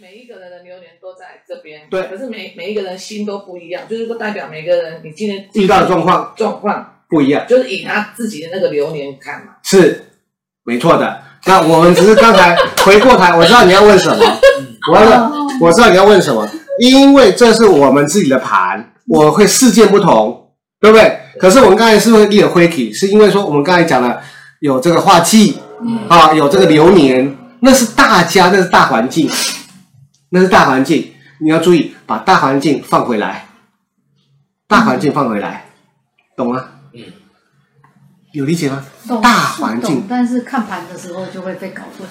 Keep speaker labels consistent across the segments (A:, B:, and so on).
A: 每一个人的流年都在这边，
B: 对
A: 可是每每一个人心都不一样，就是说代表每个人你今天
B: 遇到的状况
A: 状况，
B: 不一样，
A: 就是以他自己的那个流年看嘛。
B: 是没错的。那我们只是刚才回过台，我知道你要问 什么，
C: 哦
B: 我要我知道你要问什么，因为这是我们自己的盘，我会事件不同，对不对？可是我们刚才是会列灰体，是因为说我们刚才讲了有这个化忌
D: 嗯
B: 啊，有这个流年，那是大家，那是大环境，那是大环境，你要注意把大环境放回来，大环境放回来，懂吗？
D: 嗯，
B: 有理解吗？
C: 懂
B: 大环境
C: 懂但是看盘的时候就会被搞混。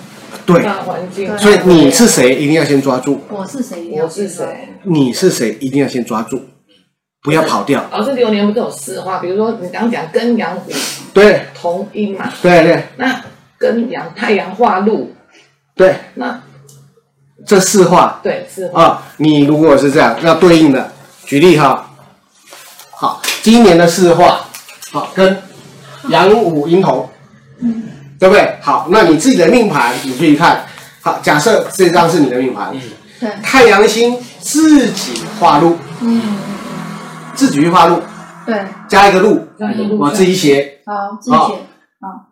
B: 对，
A: 大环境，啊
C: 对
B: 所以你是谁，一定要先抓住。
C: 我是谁？
A: 我是？谁？
B: 你是谁，一定要先抓住，不要跑掉。
A: 老师流年不都有四化？比如说你刚讲庚阳虎
B: 对
A: 同音嘛，
B: 对对
A: 那庚阳太阳化禄，
B: 对，
A: 那
B: 这四话
A: 对是化
B: 啊，你如果是这样，那对应的，举例哈，好，今年的四化，好，跟阳五阴头，
C: 嗯，
B: 对不对？好，那你自己的命盘，你去看。好，假设这张是你的命盘，
D: 嗯
C: 对，
B: 太阳星自己画路，
C: 嗯，
B: 自己去画路，
C: 对，
B: 加一个路，
A: 在一个路
B: 我
A: 上
B: 自己写
C: 好，自己写。好，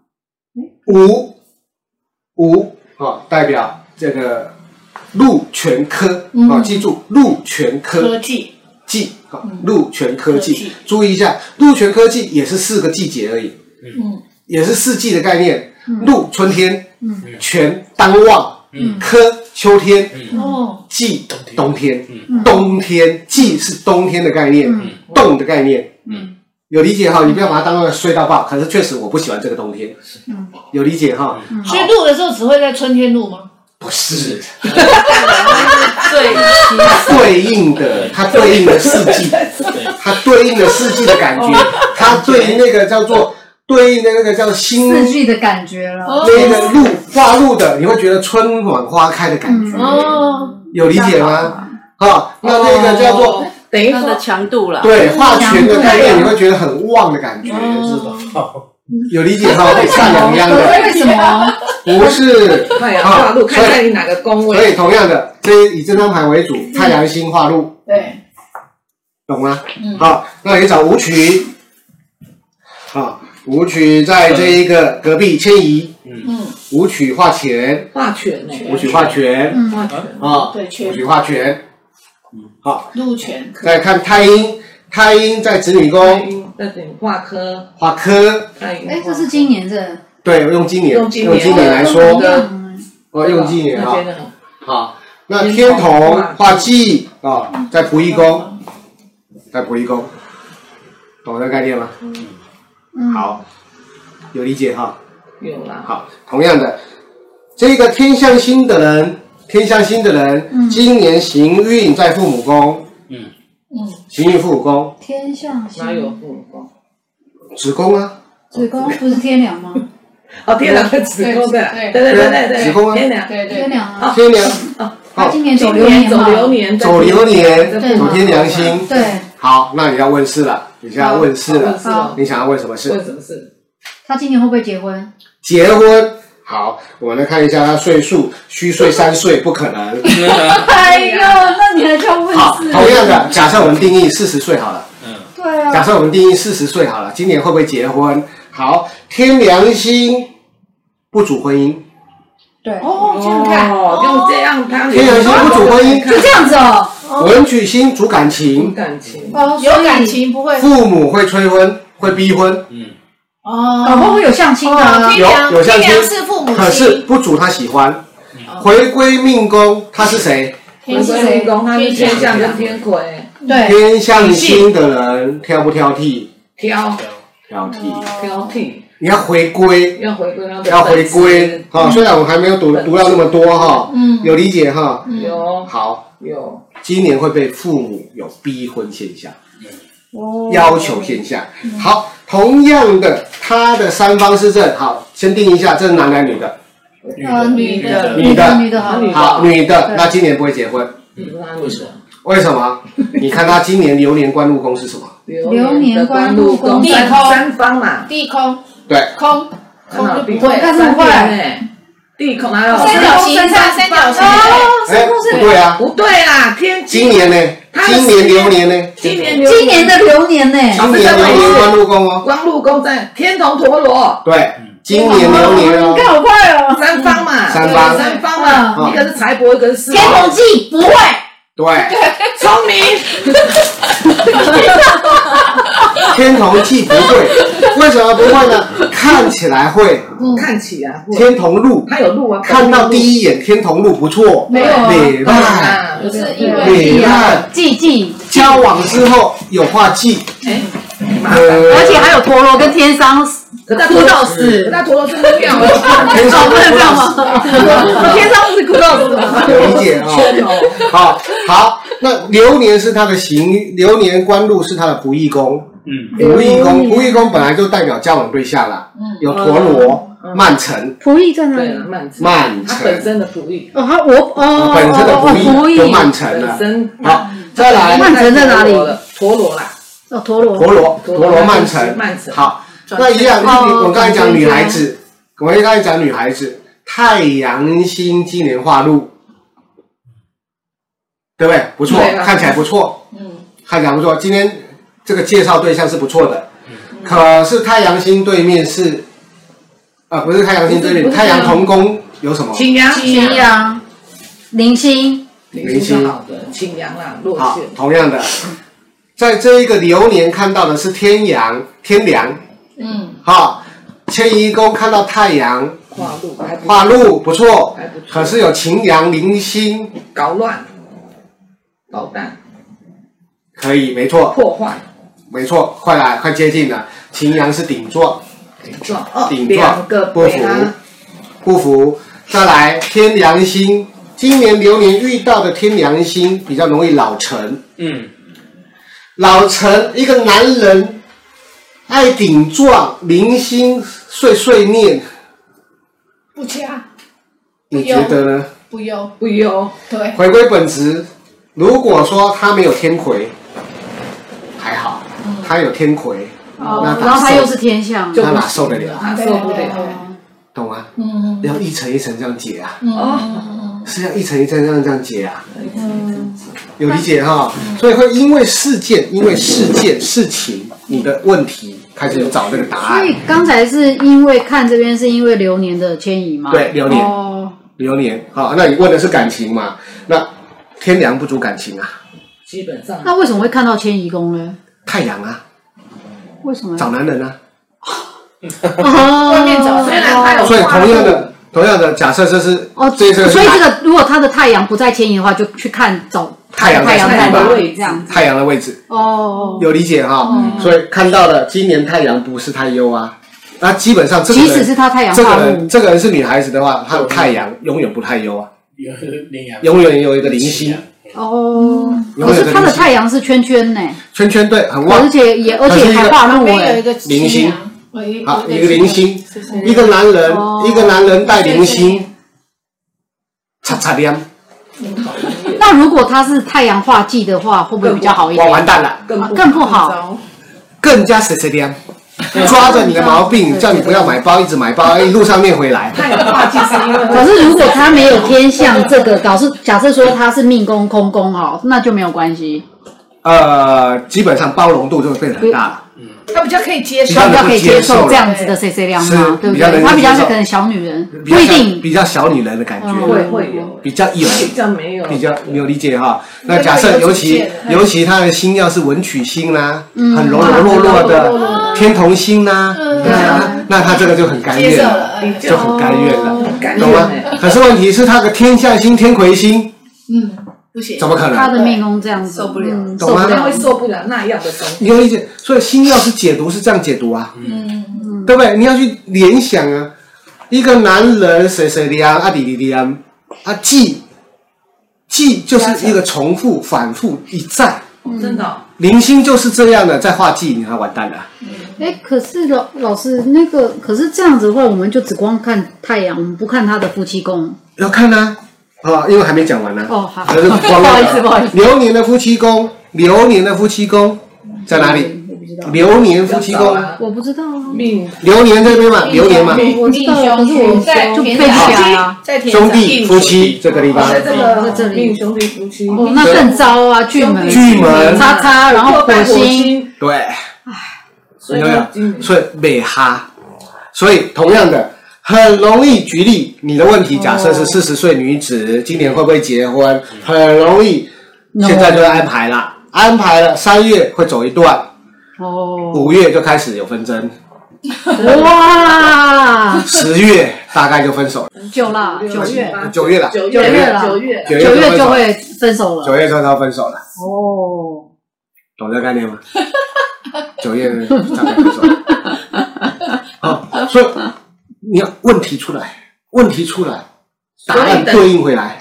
B: 五五啊，代表这个鹿全科
C: 嗯
B: 啊，记住鹿全科
E: 科技
B: 技啊
C: 嗯，
B: 鹿全科
E: 科
B: 技
E: 技，
B: 注意一下，鹿全科技也是四个季节而已，
C: 嗯
B: 也是四季的概念，
C: 嗯
B: 鹿春天，
C: 嗯
B: 全当旺，
C: 嗯
B: 科秋天，
D: 嗯
C: 哦，
B: 季冬
D: 冬天
B: 天，
C: 嗯
B: 冬天季是冬天的概念，
C: 嗯
B: 冻的概念。
C: 嗯
B: 有理解哈，你不要把它当做睡到爆。可是确实我不喜欢这个冬天，
C: 嗯
B: 有理解哈？
C: 嗯，
E: 所以录的时候只会在春天录吗？
B: 不是，
E: 对，
B: 对应的，它对应的四季，它对应的四季的 感觉，它对应那个叫做对应的那个叫新
C: 四季的感觉
E: 哦
C: 了。
B: 那个路花路的，你会觉得春暖花开的感觉，
C: 嗯
E: 哦，
B: 有理解吗？
C: 哦
B: 啊，那那个叫做
A: 哦等于
F: 它的
A: 说
F: 强度啦，
B: 对化权的概念，你会觉得很旺的感觉，
C: 嗯
E: 哦
B: 有理解 吗？会善良一样
C: 可是
B: 的，
C: 为什么？
B: 不是。
A: 太阳化禄，
B: 啊
A: 看在你哪个宫
B: 所以
A: 位。
B: 同样的，这以这张牌为主，太阳星化路。
C: 对，
B: 懂吗？
E: 嗯
B: 好，那你找舞曲，好，舞曲在这一个隔壁迁移，
E: 嗯，
B: 舞曲化权，
A: 化权呢？
B: 舞曲化权嗯
C: 嗯
A: 化权，
B: 啊，
E: 对，
B: 舞
E: 全
B: 曲化权。好，
E: 录全科，
B: 再看太阴，太阴在子女
A: 太
B: 宫
A: 阴在等于化科，
B: 化科，
A: 太阴化科。
C: 哎，这是今年嗯这
B: 对，用今年
A: 用今年
B: 来
A: 用
B: 说
A: 今，年
B: 哦，用今年
A: 那
B: 啊
A: 觉，得
B: 好，那天同化忌啊，在仆役宫，在仆役宫，懂这个概念吗？
C: 嗯，
B: 好，有理解哈。
A: 有啦，
B: 好，同样的，这个天象星的人，天象星的人，
C: 嗯
B: 今年行运在父母宫，
E: 嗯，
B: 行运父母宫，
C: 天象星
A: 哪有父母宫？
B: 子宫啊，
C: 子宫不是天良吗？
A: 哦，天良的子宫的，对
E: 对
A: 对对对对，
B: 子宫啊
A: 天良
E: 对
C: 天
E: 对，
C: 良啊，
B: 天梁哦
C: 他今年走
A: 今
C: 流
A: 年
C: 年
A: 走
C: 嘛，
A: 流年，
B: 走流年，
C: 对
B: 走
C: 嘛
B: 天良星。
C: 对，
B: 好，那你要问事了，你现在要问事了，
A: 是哦，
B: 你想要问什么
A: 问
B: 事？
A: 什么事？
C: 他今年会不会结婚？
B: 结婚。好，我们来看一下他岁数，虚岁三岁不可 能。
C: 哎呦，那你还叫问
B: 好，同样的，假设我们定义四十岁好了。
C: 对
B: 假
C: 啊，
B: 设我们定义四十岁好了，今年会不会结婚？好，天良心不主婚姻，
C: 对，啊
E: 哦，这样看，
A: 哦，用这样他
B: 天良心不主婚姻，
C: 就这样子哦。
B: 文曲星主感
A: 有
B: 情，
A: 感情，
C: 哦，
E: 有感，情不会，
B: 父母会催婚，会逼婚，
C: 搞不好
E: 哦，
C: 会有相亲
E: 哦，
C: 啊。
E: 天良
B: 有有相
E: 天
B: 亲
E: 良是父母
B: 可是
E: 亲，
B: 不主他喜欢
E: 嗯。
B: 回归命宫，他是谁？
A: 天
C: 蝎
A: 水宫，他是天象跟天魁，
C: 对，
B: 天象星的人挑不挑剔？
A: 挑
B: 挑
E: 嗯
B: 剔。
A: 挑剔，
B: 你要回归，
A: 要回归那个
B: 要回归
A: 本
B: 啊！虽然我还没有读读到那么多哈，
E: 嗯
B: 有理解哈。
A: 质，有
B: 好，
A: 有
B: 今年会被父母有逼婚现象。要求现象。好，同样的，他的三方是正，好，先定一下，这是男的女的？
C: 呃，女的，
B: 女的
C: 女的好
A: 女的
C: 了，
B: 好，女的，
C: 对
B: 那今年不会结婚，
A: 为什么？
B: 为什 么？你看他今年流年官禄宫是什么？
A: 流年的官禄宫
E: 流年
A: 三
E: 官禄宫
A: 三方嘛，
E: 地空
B: 对，
E: 空空就不
C: 看
E: 会，
C: 这么快
A: 三年呢？地孔哪有？
E: 三角形
C: 三角
E: 三角形
C: 哦，
B: 哎，不对啊，
A: 不对啦，天
B: 今年呢？
A: 他的
B: 今年流年呢？
A: 今年流
C: 今年的流年呢？
B: 今年流年关路宫哦，
A: 光禄宫在天同陀螺
B: 对，今年流年
C: 哇
B: 哦
C: 你，看好快哦！
A: 三方嘛，
B: 三方
A: 对三方嘛，
B: 嗯
A: 一个是财帛，一个是司
C: 天
A: 帛，
C: 同记不会，
B: 对，
A: 聪明，
B: 天同气不会，为什么不会呢？看起来会，
A: 看起来会，
B: 天同路，
A: 他有路啊，
B: 看到第一眼天同路不错，
C: 没有啊
B: 礼
A: 对
B: 拜。
A: 啊，
E: 不是因为
B: 你看，
C: 记记，
B: 交往之后有话记，
A: 哎，
B: 呃，
C: 而且还有陀螺跟天商，
A: 可大
C: 哭到死
A: 可大陀螺真的妙啊，
B: 天
C: 哦，
B: 上
C: 不能这样吗？
A: 天上不是哭到死吗？
B: 理解啊、好好，那流年是他的行，流年官禄是他的不义宫，
D: 嗯，
B: 不义宫，不义宫本来就代表交往对象啦，有陀螺、
A: 嗯
B: 曼城、
C: 仆役在哪
A: 对
C: 里
A: 了，？慢子，
B: 曼
A: 他本
B: 城，
A: 身的福利，
C: 哦，他我哦，
B: 本身的
C: 哦哦
B: 不义就曼城
A: 本
B: 了。
A: 身
B: 好，再来
C: 曼城在哪里
A: 陀螺啦，
C: 哦，陀螺
B: 陀螺，陀螺曼城，
A: 曼城，
B: 好，那一样，
C: 哦
B: 我刚才讲女孩
C: 转圈
B: 子，
A: 哦
B: 我刚才讲女孩子，太阳星今年化禄，对不对？不错
A: 对，啊
B: 看起来不错，
E: 嗯，
B: 看起来不错。今天这个介绍对象是不错的，
A: 嗯
B: 可是太阳星对面是，啊，不是太阳星对面，
A: 不是
B: 太
A: 太阳
B: 阳同宫有什么？
A: 秦阳，
C: 羚羊、啊零星，
A: 明星好的，秦阳啦，落
B: 好
A: 选，，
B: 同样的，在这一个流年看到的是天阳、天梁，
E: 嗯，
B: 哈，迁移宫看到太阳。
A: 跨路还不
B: 化禄不错
A: 哎还不，错
B: 可是有擎羊零星，
A: 搞乱，捣蛋
B: 可以，没错，
A: 破坏。
B: 没错，快来，快接近了。擎羊是顶撞，
A: 顶撞哦，
B: 顶撞
A: 两个
B: 不
A: 北
B: 服
A: 啊，
B: 不服。再来，天梁星，今年流年遇到的天梁星比较容易老成，
D: 嗯，
B: 老成一个男人爱顶撞，零星碎碎念，
E: 不掐
B: 你觉得呢？
E: 不忧，
A: 不忧，
E: 对，
B: 回归本职，如果说他没有天魁，还好，他有天魁，那
C: 哦
B: 打
C: 然后他
B: 手
C: 又是天象，
A: 就
B: 那哪受得了
A: 哪受不了？
B: 懂吗？
E: 嗯
B: 要一层一层这样解啊，
E: 嗯
B: 是要一层一层这样这样解啊，
C: 嗯，
B: 有理解哈？所以会因为事件，因为事件事情，你的问题开始找这个答
C: 所
B: 案。
C: 以刚才是因为看这边是因为流年的迁移吗？
B: 对，流年，
C: 哦，
B: 流年，好，那你问的是感情嘛？那天梁不足感情啊，
A: 基本上
C: 那为什么会看到迁移宫呢？
B: 太阳啊，
C: 为什么？
B: 找男人啊。
C: 哦
E: 外面找
A: 虽然他有
B: 所以同样的，同样的，假设这是
C: 嗯哦，
B: 这是
C: 所以这个如果他的太阳不在迁移的话，就去看找
B: 太阳
C: 太
B: 在什么
C: 阳在
B: 地
C: 哪
B: 方？
A: 位
C: 里这样子。
B: 太阳的位置
C: 哦，
B: 有理解哈？所以看到了，今年太阳不是太优啊。那基本上这个
C: 即
B: 人
C: 使是他太阳
B: 这
C: 化
B: 个人，
C: 禄，
B: 这个人是女孩子的话，她有太阳永远不太优啊，
D: 有羚羊，
B: 永远有一个零星
C: 哦，
B: 有
C: 可
B: 没有
C: 是他
B: 这个
C: 的
B: 意思
C: 太阳是圈圈呢，
B: 圈圈对，很
C: 而
B: 旺。
C: 且也而且还化
E: 旁
C: 禄
E: 边有一
C: 哎，
E: 个
B: 明星
E: 星
B: 好，一个零星，
E: 是不是
B: 一个男人
C: 哦，
B: 一个男人带零星，擦擦亮，
C: 那如果他是太阳化忌的话，会不会比较好一
B: 哇，
C: 点？
B: 完蛋了，
A: 更
C: 啊
A: 不
C: 更不好，
B: 更加谁谁亮，抓着你的毛病，
C: 对
B: 叫你不要买包，一直买包，一路上面回来，
A: 太阳化忌是因为
C: 可是如果他没有天象这个，假设假设说他是命宫空宫好，那就没有关系。
B: 呃，基本上包容度就会变得很大了，
E: 他比较可以接受
B: 比，较
C: 比较可以接
B: 能够接受
C: 受
B: 了
C: 这样子的 C C 量嘛，
B: 是
C: 对不
B: 比较能
C: 对？
B: 够
C: 他比较
B: 接
C: 是
B: 受
C: 可能小女人，
B: 比较
C: 不一
B: 像
C: 定。
B: 比较小女人的感
C: 嗯
B: 觉，
A: 会会有，
B: 比较有。
A: 比较没有
B: 比较没有理解哈。那假设尤其尤
E: 嗯
B: 其他的星要是文曲星啦、
C: 嗯
B: 很柔柔弱弱的
E: 嗯
B: 天同星啦、
E: 嗯
B: 对啊那他这个就很甘
E: 接
B: 愿
E: 受了，，哦嗯哎
B: 就很甘愿了，
A: 很感
B: 懂吗
A: 人欸？
B: 可是问题是他的天象星、天魁星
E: 嗯，不行，
B: 怎么可
C: 他
B: 能？
C: 的命宫这样子
E: 受不了
C: 嗯
B: 懂吗
C: 受不
A: 他
C: 了
A: 会。受不了那样的东西。
B: 你有理解？所以星耀是解读是这样解读啊，
E: 嗯，
B: 对不对？你要去联想啊，一个男人谁谁的啊，啊滴滴的啊，啊记记就是一个重复、反复一再。
A: 真的哦，
B: 零星就是这样的，再画技你还完蛋了。
C: 哎，可是老老师那个，可是这样子的话，我们就只光看太阳，我们不看他的夫妻宫。
B: 要看呢、啊，啊，因为还没讲完呢、
C: 哦，好，
B: 可是光
C: 不好意思，不好意思。
B: 流年的夫妻宫，流年的夫妻宫在哪里？
C: 嗯？我不知知道，
B: 流年夫
A: 比
B: 妻
A: 较早
B: 宫，
A: 啊
C: 我不知道啊，
A: 命
B: 流年这边嘛，流年嘛，
A: 命
C: 我知道啊，可
E: 命
C: 是
E: 凶
C: 我
E: 在
C: 就
E: 田
C: 背
E: 宅
C: 不起来啊。
E: 在田
B: 兄
E: 宅
B: 弟夫妻这个地方
A: 哦，在这
E: 哦
A: 里
C: 在这里
A: 命兄弟夫妻，
C: 哦，那更糟啊！巨门、
B: 巨门
C: 叉叉，然后火星，，
B: 对，
A: 所以嗯
B: 有没
A: 要
B: 有？所以美哈，所以同样的，很容易举例你的问题，假设是四十岁女子，今年会不会结婚？很容易，
C: No
B: 现在就要安排了，安排了，三月会走一段，
C: 哦，
B: 五月就开始有纷争，
C: 哇，
B: 十月大概就分手了，
C: 久了，
A: 六
C: 啊九月，
A: 八
B: 九月了
A: 九
C: 九月了
A: 九月了，
B: 九
C: 九
B: 月就分
C: 月就
B: 手，
C: 会分手了。
B: 九月就要分手了，
C: 哦，
B: 懂这个概念吗？ 九月大概分手了，好，哦所以你要问题出来，问题出来，答
A: 所
B: 案
A: 以等
B: 对应回来。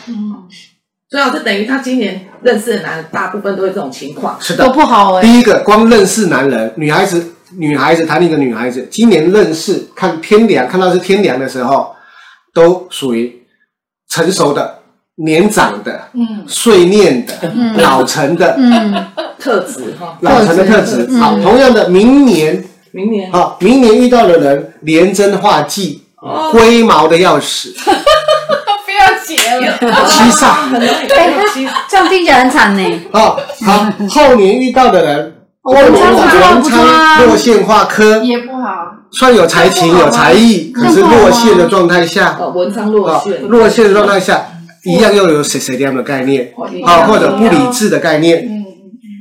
A: 所以老师等于他今年认识的男人大部分都会这种情况，
B: 是
C: 都
B: 的，
C: 不好哎、
B: 第一个光认识男人，女孩子，女孩子谈一个女孩子，今年认识看天凉，看到是天凉的时候，都属于成熟的、年长的、
E: 嗯，
B: 碎念的、老成的、
C: 嗯，
A: 特质哈。
B: 老成的特质
C: 特。质
B: 好，
C: 嗯
B: 同样的，明年
A: 明年
B: 好，啊明年遇到的人，连针化忌，
C: 哦
B: 龟毛的要死，
E: 不要结了，
B: 七煞。啊
A: 很容易有七
C: 这样听起来很惨呢、
B: 好，好，后年遇到的人。
C: 文昌不错
B: 文
C: 不错啊
B: 昌落线化科，
E: 也不好，
B: 算有才情、有才艺，
C: 嗯
B: 可是落线的状态下，
A: 哦，文昌落
B: 啊
A: 线，，
B: 落线的状态下，一样又有谁谁这样的概念，
A: 哦一样
C: 嗯
B: 啊，或者不理智的概念，
E: 嗯，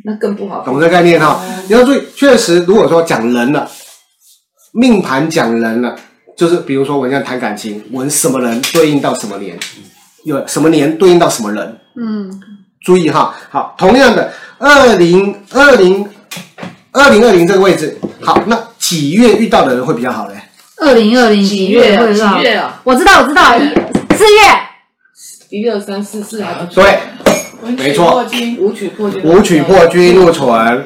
A: 那更不好。
B: 懂这概念哈？你要注意，确实，如果说讲人了，命盘讲人了，就是比如说我现在谈感情，我什么人对应到什么年，有什么年对应到什么人，
C: 嗯，
B: 注意哈。好，同样的，二零二零二零二零这个位置，好，那几月遇到的人会比较好嘞？
C: 二零二零
A: 几
C: 月
A: 月
C: 会
A: 啊？
C: 让
A: 几月啊？
C: 我知道，我知道，一四月
A: 一二三四四还不
B: 对。
E: 文曲
B: 没错
E: 破军
A: 舞曲破军，
B: 舞曲破军入存，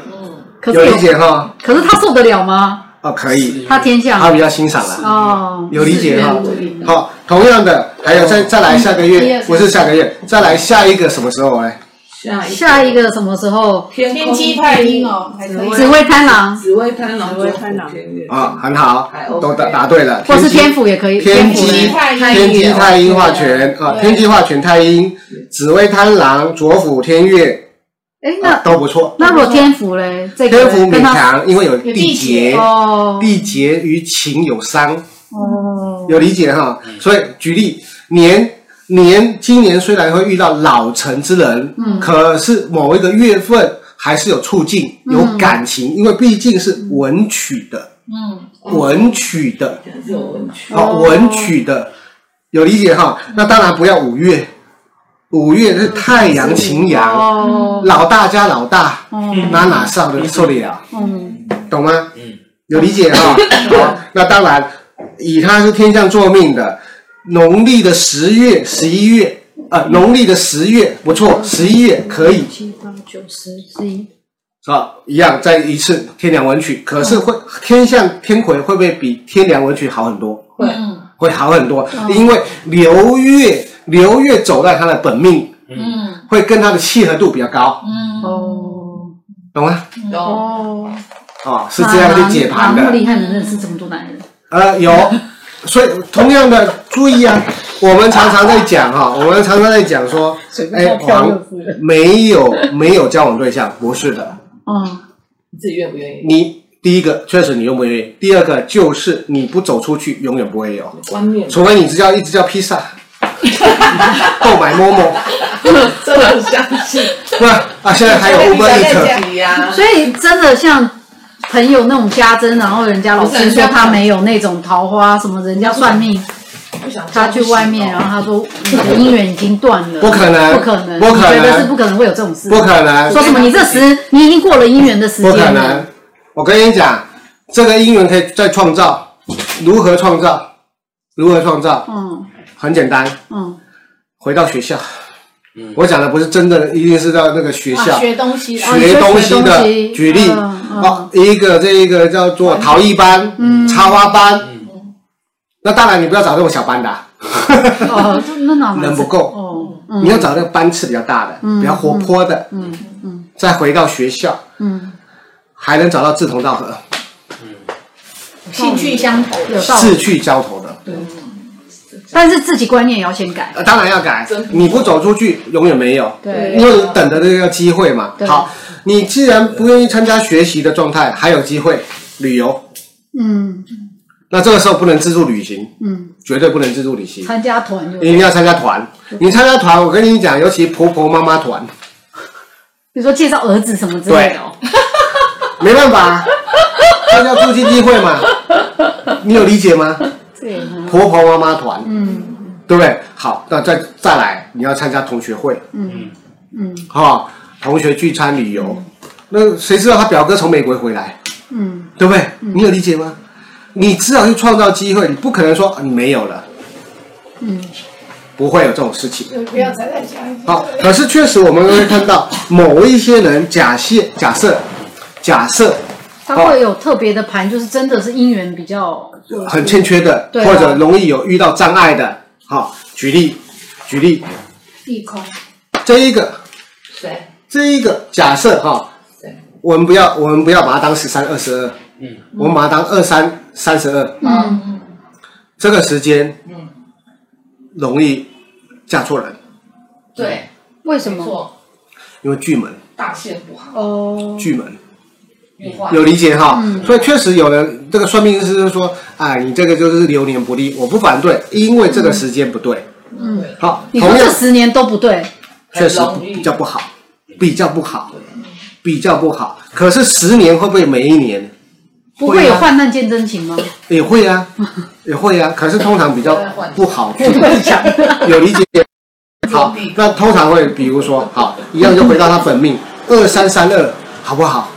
C: 可
B: 有
C: 是
B: 理
C: 有，
B: 解哈？
C: 可是他受得了吗？
B: 哦，可以，
C: 他天象
B: 他比较欣赏了，
C: 哦，
B: 有理解哈
A: 四月五日？
B: 好，同样的，还有再再来下个
E: 一
B: 月
E: 二，三
B: 不是下个月，再来下一个什么时候哎嘞？
A: 下一
C: 下一个什么时候？
A: 天
E: 天机太阴，哦，还可以
C: 紫薇贪狼，
A: 紫薇贪狼，
D: 紫薇贪狼
A: 天月
B: 啊，很好
A: 还 OK，
B: 都答答对了。
C: 或是
B: 天
C: 天府也可以，
B: 天
C: 府
B: 机
E: 机
C: 呢
E: 太阴
B: 天机太阴化权
E: 对
B: 啊，天机化权太阴，紫薇贪狼，左辅天月
C: 哎，
B: 啊
C: 那
B: 都不错。
C: 那如果天府嘞，这个
B: 天府
C: 跟
B: 勉
C: 他
B: 强，因为有
E: 有
B: 地
E: 地劫
B: 劫，
C: 哦
B: 地劫于情有伤。
C: 哦，
B: 有理解哈。所以举例，年年今年虽然会遇到老成之人，
C: 嗯
B: 可是某一个月份还是有促进、
C: 嗯
B: 有感情，因为毕竟是文曲的，
E: 嗯，
B: 文曲的，
A: 还是有文曲，
B: 好、
C: 哦嗯
B: 文曲的，有理解哈。那当然不要五月，五月是太阳晴阳，
C: 嗯哦，
B: 老大加老大，
C: 嗯
B: 哪哪少的受得了？
C: 嗯
B: 懂吗？
D: 嗯，
B: 有理解哈、好，那当然，以他是天象作命的，农历的十月、十一月，呃，农历的十月不错，十一月可以
C: 七八九十十一，
B: 是吧？一样再一次天梁文曲，可是会天象天魁会不会比天梁文曲好很多？
A: 会
E: 嗯
B: 会好很多，因为流月流月走在他的本命，
E: 嗯
B: 会跟他的契合度比较高，
E: 嗯，
C: 哦
B: 懂吗？
A: 然后
C: 哦，
B: 哦，是这样去解盘的。
C: 那么厉害能认识这么多男人，
B: 呃，有，所以同样的注意啊，我们常常在讲 哈、我们常常在讲说，哎，黄没有没有交往对象，不是 的，
C: 嗯，
A: 你自己愿不愿意？
B: 你第一个确实你用不愿意，第二个就是你不走出去，永远不会有，
A: 观 念
B: 除非你只叫一直叫披 萨，购买某某，
A: 真的相信
B: 不然啊，现在还有 Uber
E: 在讲
B: Eat，
A: 自己呀，
C: 所以真的像。朋友那种家珍，然后人家老
A: 不
C: 师
A: 是
C: 说他没有那种桃花，什么人家算命，
A: 不想
C: 他去外面，然后他说你的姻缘已经断了，
B: 不可能
C: 不可能，
B: 不可能
C: 你觉得是不可能会有这种事，
B: 不可能，
C: 说什么你这时你已经过了姻缘的时
B: 不
C: 间
B: 可
C: 了，
B: 能，我跟你讲，这个姻缘可以再创造，如何创造？如何创造？
C: 嗯
B: 很简单，
C: 嗯，
B: 回到学校
D: 嗯。
B: 我讲的不是真的，一定是到那个学
E: 啊
B: 校
E: 学东西
C: 哦
E: 啊，
B: 学东
C: 学东
B: 的
C: 西。
B: 举例，
C: 嗯嗯
B: 哦，一个这一个叫做陶艺班、插花班。那当然，你不要找这种小班的啊，
C: 哦，这那哪来
B: 人不够
C: 哦，
B: 你要找
C: 嗯
B: 那个班次比较大的、比较活泼的。嗯嗯，再回到学校，
C: 嗯
B: 还能找到志同道合、
D: 兴趣相投
C: 有道
B: 志
C: 理，
B: 趣交投的。
C: 但是自己观念也要先改。
B: 呃，当然要改
A: 真，
B: 你不走出去，永远没有。
C: 对
B: 因为你等着这个机会嘛。
C: 对
B: 好，你既然不愿意参加学习的状态，还有机会旅游，
C: 嗯
B: 那这个时候不能自助旅行，
C: 嗯，
B: 绝对不能自助旅行，
C: 参加团就
B: 你一定要参加团。你参加团，我跟你讲，尤其婆婆妈妈团，
C: 比如说介绍儿子什么之类的哦。
B: 没办 法，他叫促进机会嘛。你有理解吗？
C: 对啊，
B: 婆婆妈妈团，
C: 嗯
B: 对不对？好，那再再来，你要参加同学会，
C: 嗯嗯
B: 哈、同学聚餐旅游。那谁知道他表哥从美国回来？
C: 嗯，
B: 对不对？你有理解吗？你至少去创造机会，你不可能说啊你没有了，
C: 嗯，
B: 不会有这种事情。
E: 就不要踩在家里。
B: 好，可是确实我们会看 到某一些人假设假设假设
C: 他会有特别的盘，就是真的是姻缘比较
B: 很欠缺的，
C: 对啊
B: 或者容易有遇到障碍的。好，举例举例，
D: 地空，
B: 这一个
A: 谁？
B: 这一个假设哈
A: 对，
B: 我们不要我们不要把它当十三二十二，嗯，我们把它当二三三十二，
C: 嗯
B: 这个时间
A: 嗯，
B: 容易嫁错人，
A: 对，
C: 为什
A: 没
C: 么？
A: 错，
B: 因为巨门
A: 大限不好，
C: 哦，
B: 巨门。
A: 有话
B: 有理解哈，
C: 嗯
B: 所以确实有人这个算命师就说，哎，你这个就是流年不利，我不反对，因为这个时间不对。
A: 嗯，对
B: 好，
C: 你
B: 同
C: 说
B: 样
C: 这十年都不对，
B: 确实
A: 很容易
B: 比较不好，比较不好，比较不好。可是十年会不会每一年
C: 不会有
B: 会啊
C: 患难见真情吗？
B: 也会 啊，也会啊？可是通常比较不好去讲， 有理解。 好，那通常会比如说，好，一样就回到他本 命二三三二，好不好？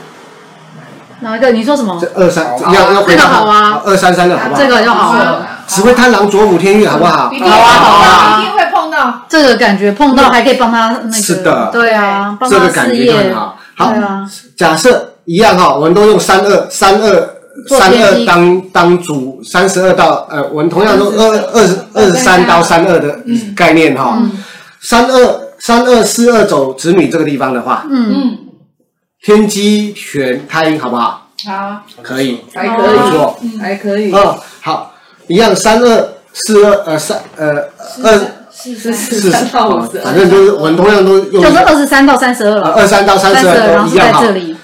C: 哪一个？你说什么
B: 这？二三要要回到
C: 这个好啊
B: 二三三二，好不好
C: 这？个就好
A: 是
C: 了，
A: 啊
B: 只会贪狼左母天狱，好不好？
E: 一定会
C: 好啊好啊
E: 一定会碰到。
C: 这个感觉碰到还可以帮他那个，
B: 是的
C: 对啊，帮
B: 这
C: 他
B: 个感
C: 事
B: 觉就
C: 业
B: 很，好。好，
C: 对啊，
B: 假设一样哈，我们都用三二三二
C: 做
B: 三
C: 偏
B: 二
C: 激
B: 当当主，三十二到呃，我们同样用二二十二十三到三二的概念哈。三二三二四二走子女这个地方的话，
C: 嗯，
E: 嗯，
B: 天机选太阴好不好？
E: 好，
B: 可以，
A: 还
B: 不
A: 可以，
B: 错。
A: 还可以，
B: 嗯，好，一样三二四二呃三呃二
A: 是
B: 四
A: 十三到五
B: 哦
A: 十，
B: 反正就是我们同样都用
C: 就是二十三到三十二了，
B: 啊二三到三
C: 三
B: 十
C: 十二，
B: 二
C: 然
B: 都
C: 后
B: 一
C: 是
B: 样
C: 在
B: 哈
C: 这。里，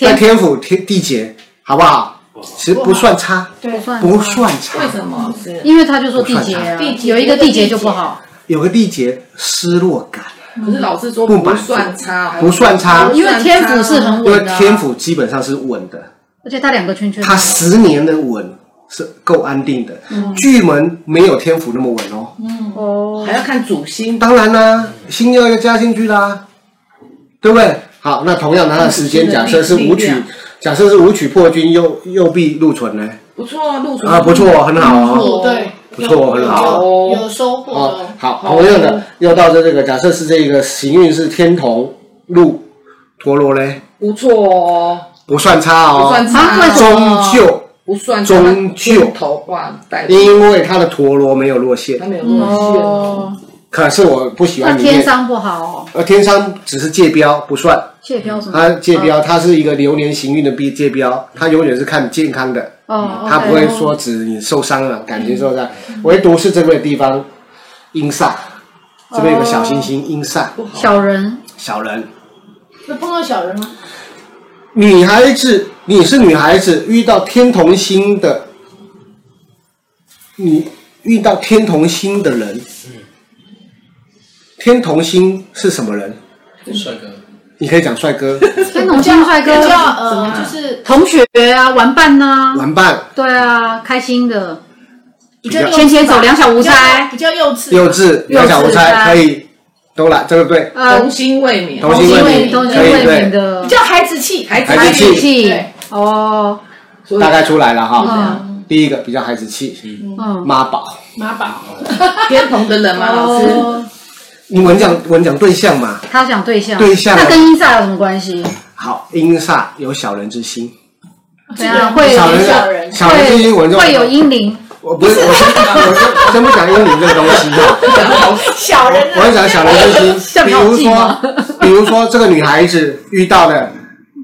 B: 在
C: 天
B: 天府天地劫，好不好？其实不算差，
E: 对，
C: 算
B: 不算差
A: 为。什么是？
C: 因为他就说地劫啊，
D: 地劫
C: 有一个地劫就不好，
B: 有个地劫，失落感，
A: 可是老师说
B: 不
A: 不
B: 满
A: 算差，啊
B: 不算差
A: 不
C: 因为嗯天府是很
B: 因为
C: 稳的啊，
B: 天府基本上是稳的，
C: 而且他两个圈圈，
B: 它十年的稳是够安定的。巨门没有天府那么稳哦。
C: 哦
A: 还，要看主星，
B: 当然啦，星耀要加进去啦，对不对？好，那同样它的时间，假设是武
A: 力
B: 曲
A: 量，
B: 假设是武曲破军右右臂禄存呢？
A: 不错啊，陆
B: 啊，不错哦，很好哦。
E: 哦对，
B: 不错很好
E: 有有收获
B: 哦
E: 哦，。
B: 好，同样的，又到这这个，假设是这个行运是天同、禄、陀螺嘞，
A: 不错哦，
B: 不算差
A: 不
B: 哦
A: 算，差，
C: 啊为什么
B: 终究，
A: 不算差
B: 终究
A: 头挂带着，
B: 因为它的陀螺没有落
A: 他
B: 线，
A: 没有那么
C: 哦，
B: 可是我不喜
C: 那
B: 欢里
C: 天
B: 面，
C: 商不好哦，
B: 而天商只是界标，不算，
C: 借标什么？
B: 它界标，它是一个流年行运的界界标，它永远是看健康的，
C: 哦，
B: 它不会说指你受伤了，感情受伤，唯独是这个地方阴煞，这边有个小星星阴煞，
C: 小人，
B: 小人。
E: 那碰到小人吗？
B: 女孩子，你是女孩子，遇到天同星的，你遇到天同星的人，天同星是什么人？
F: 帅哥，
B: 你可以讲帅哥、
C: 天同星帅哥
E: 比，较
A: 怎么
E: 呃，
A: 样
E: 就是
C: 同学啊，玩伴呐，
B: 玩伴、
C: 对啊，开心的，
E: 比较幼稚吧
C: 先先走两小无猜
E: 比较比较幼稚，
B: 幼稚、
C: 幼稚
B: 两小无猜，
C: 对
B: 可以，都来，这个对，
A: 炫，
C: 呃
A: 童，心未泯，啊
B: 同心
E: 心
B: 未
E: 未
B: 泯，
E: 泯
C: 同心
B: 可以
C: 未泯
B: 对，
C: 的
E: 比较孩子气，
A: 孩
B: 孩子
A: 子
B: 气
C: 气
E: 对，
C: 哦，
A: 所以
B: 大概出来了哈。
C: 嗯
B: 第一个比较孩子气，
C: 嗯，
B: 妈宝。
E: 妈宝，
A: 天同的人嘛，老师，
C: 哦，
B: 你们讲文讲对象嘛？
C: 他想对象，
B: 对象
C: 那跟阴煞有什么关系？
B: 好，阴煞有小人之心，
C: 怎样
E: 对
C: 啊
B: 小
C: 会
B: 人
E: 小人
B: 小人之心，我就
C: 会有阴灵，
B: 我不是，我先我先先不讲英语这个东西哈，
E: 小人
B: 我要讲小人之心，
C: 像
B: 比
C: 老
B: 如
C: 纪吗
B: 说，比如说这个女孩子遇到了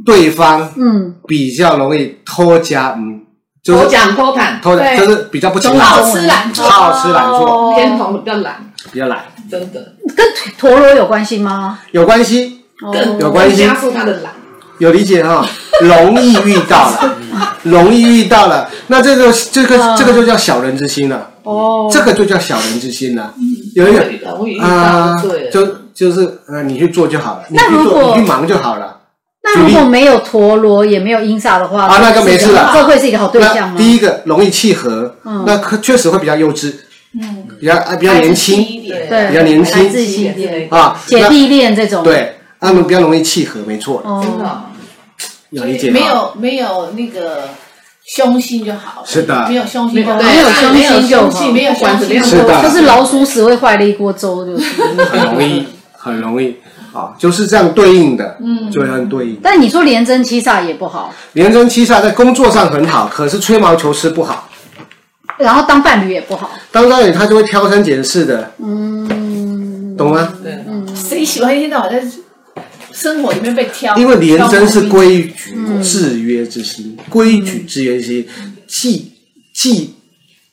B: 对方
C: 嗯，
B: 比较容易偷家，嗯，就
A: 偷
B: 是
A: 讲偷谈，
B: 偷家，
E: 对
B: 就是比较不勤
C: 中
B: 劳
C: 老，
E: 好吃懒做，
B: 好吃懒做，
C: 哦
A: 偏同的比较懒，
B: 比较懒，
A: 真的
C: 跟陀螺有关系吗？哦
B: 有关系，
A: 更
B: 有关系
A: 加速他的懒。
B: 有理解 哈，容易遇到了，嗯容易遇到了，那这个这个
C: 嗯
B: 这个就叫小人之心了，
C: 哦，嗯
B: 这个就叫小人之心了，有一点
A: 容易遇到
B: 啊
A: 就对，了。
B: 就就是呃，你去做就好了，你
C: 那
B: 去
C: 如
B: 做，
C: 果
B: 你去忙就好了。
C: 那如果没有陀螺，也没有阴煞的话，
B: 啊那就没事了
C: 这会是一个好对象
B: 那
C: 吗？
B: 第一个容易契合，
C: 嗯
B: 那可确实会比较幼稚，
E: 嗯，
B: 比较啊比较年轻
C: 对，
B: 比较年轻
C: 来自一点，
B: 啊，
C: 姐弟恋这种，，
B: 对，他们比较容易契合，没错，
A: 真的
C: 哦，
A: 哦，
B: 有理解吗
E: 没？有没有那个凶心就好了，
B: 是的
E: 没有凶心就好，
A: 对
C: 没有
A: 对
C: 凶
A: 没有
C: 心就
A: 凶
C: 好
A: 器，没有
E: 不管
A: 管怎
E: 怎
A: 么
E: 么
A: 样
E: 样
A: 都
B: 是的
C: 就是老鼠屎会坏了一锅粥，就是。
B: 很容易，很容易啊，就是这样对应的，嗯，就这样对应。
C: 但你说连贞七煞也不好，
B: 连贞七煞在工作上很好，可是吹毛求疵不好。
C: 然后当伴侣也不好，
B: 当然你他就会挑三拣四的，
C: 嗯，
B: 懂吗？
A: 对，
E: 谁喜欢一天到晚在生活里面被挑？
B: 因为廉贞是
E: 挑毛病，
B: 规矩制约之心，
C: 嗯
B: 规矩制约之心，既既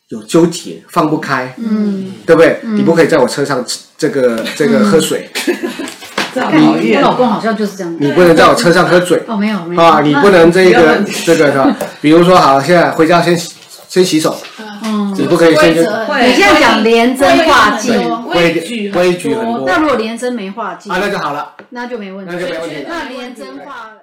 B: 有纠结放不开，
C: 嗯，
B: 对不对？你不可以在我车上吃这个这个喝水，
A: 这样讨
C: 我
A: 厌。
C: 老公好像就是这样。
B: 你不能在我车上喝水
C: 哦，没有没有
B: 嗯啊，你不能这
A: 嗯不要
B: 个
A: 问
B: 这个的，比如说好，现在回家先洗先洗手，
C: 嗯，
B: 你不可以先
E: 规
B: 就
E: 则
A: 会
C: 你现在讲连贞化忌，
E: 对
C: 那
B: 规
A: 规
B: 矩
A: 矩
B: 规矩很多啊，啊
C: 如果连贞没化忌，
B: 那就好了，
C: 那就没问
B: 那就
C: 题。
B: 没问题了。
C: 那连贞化。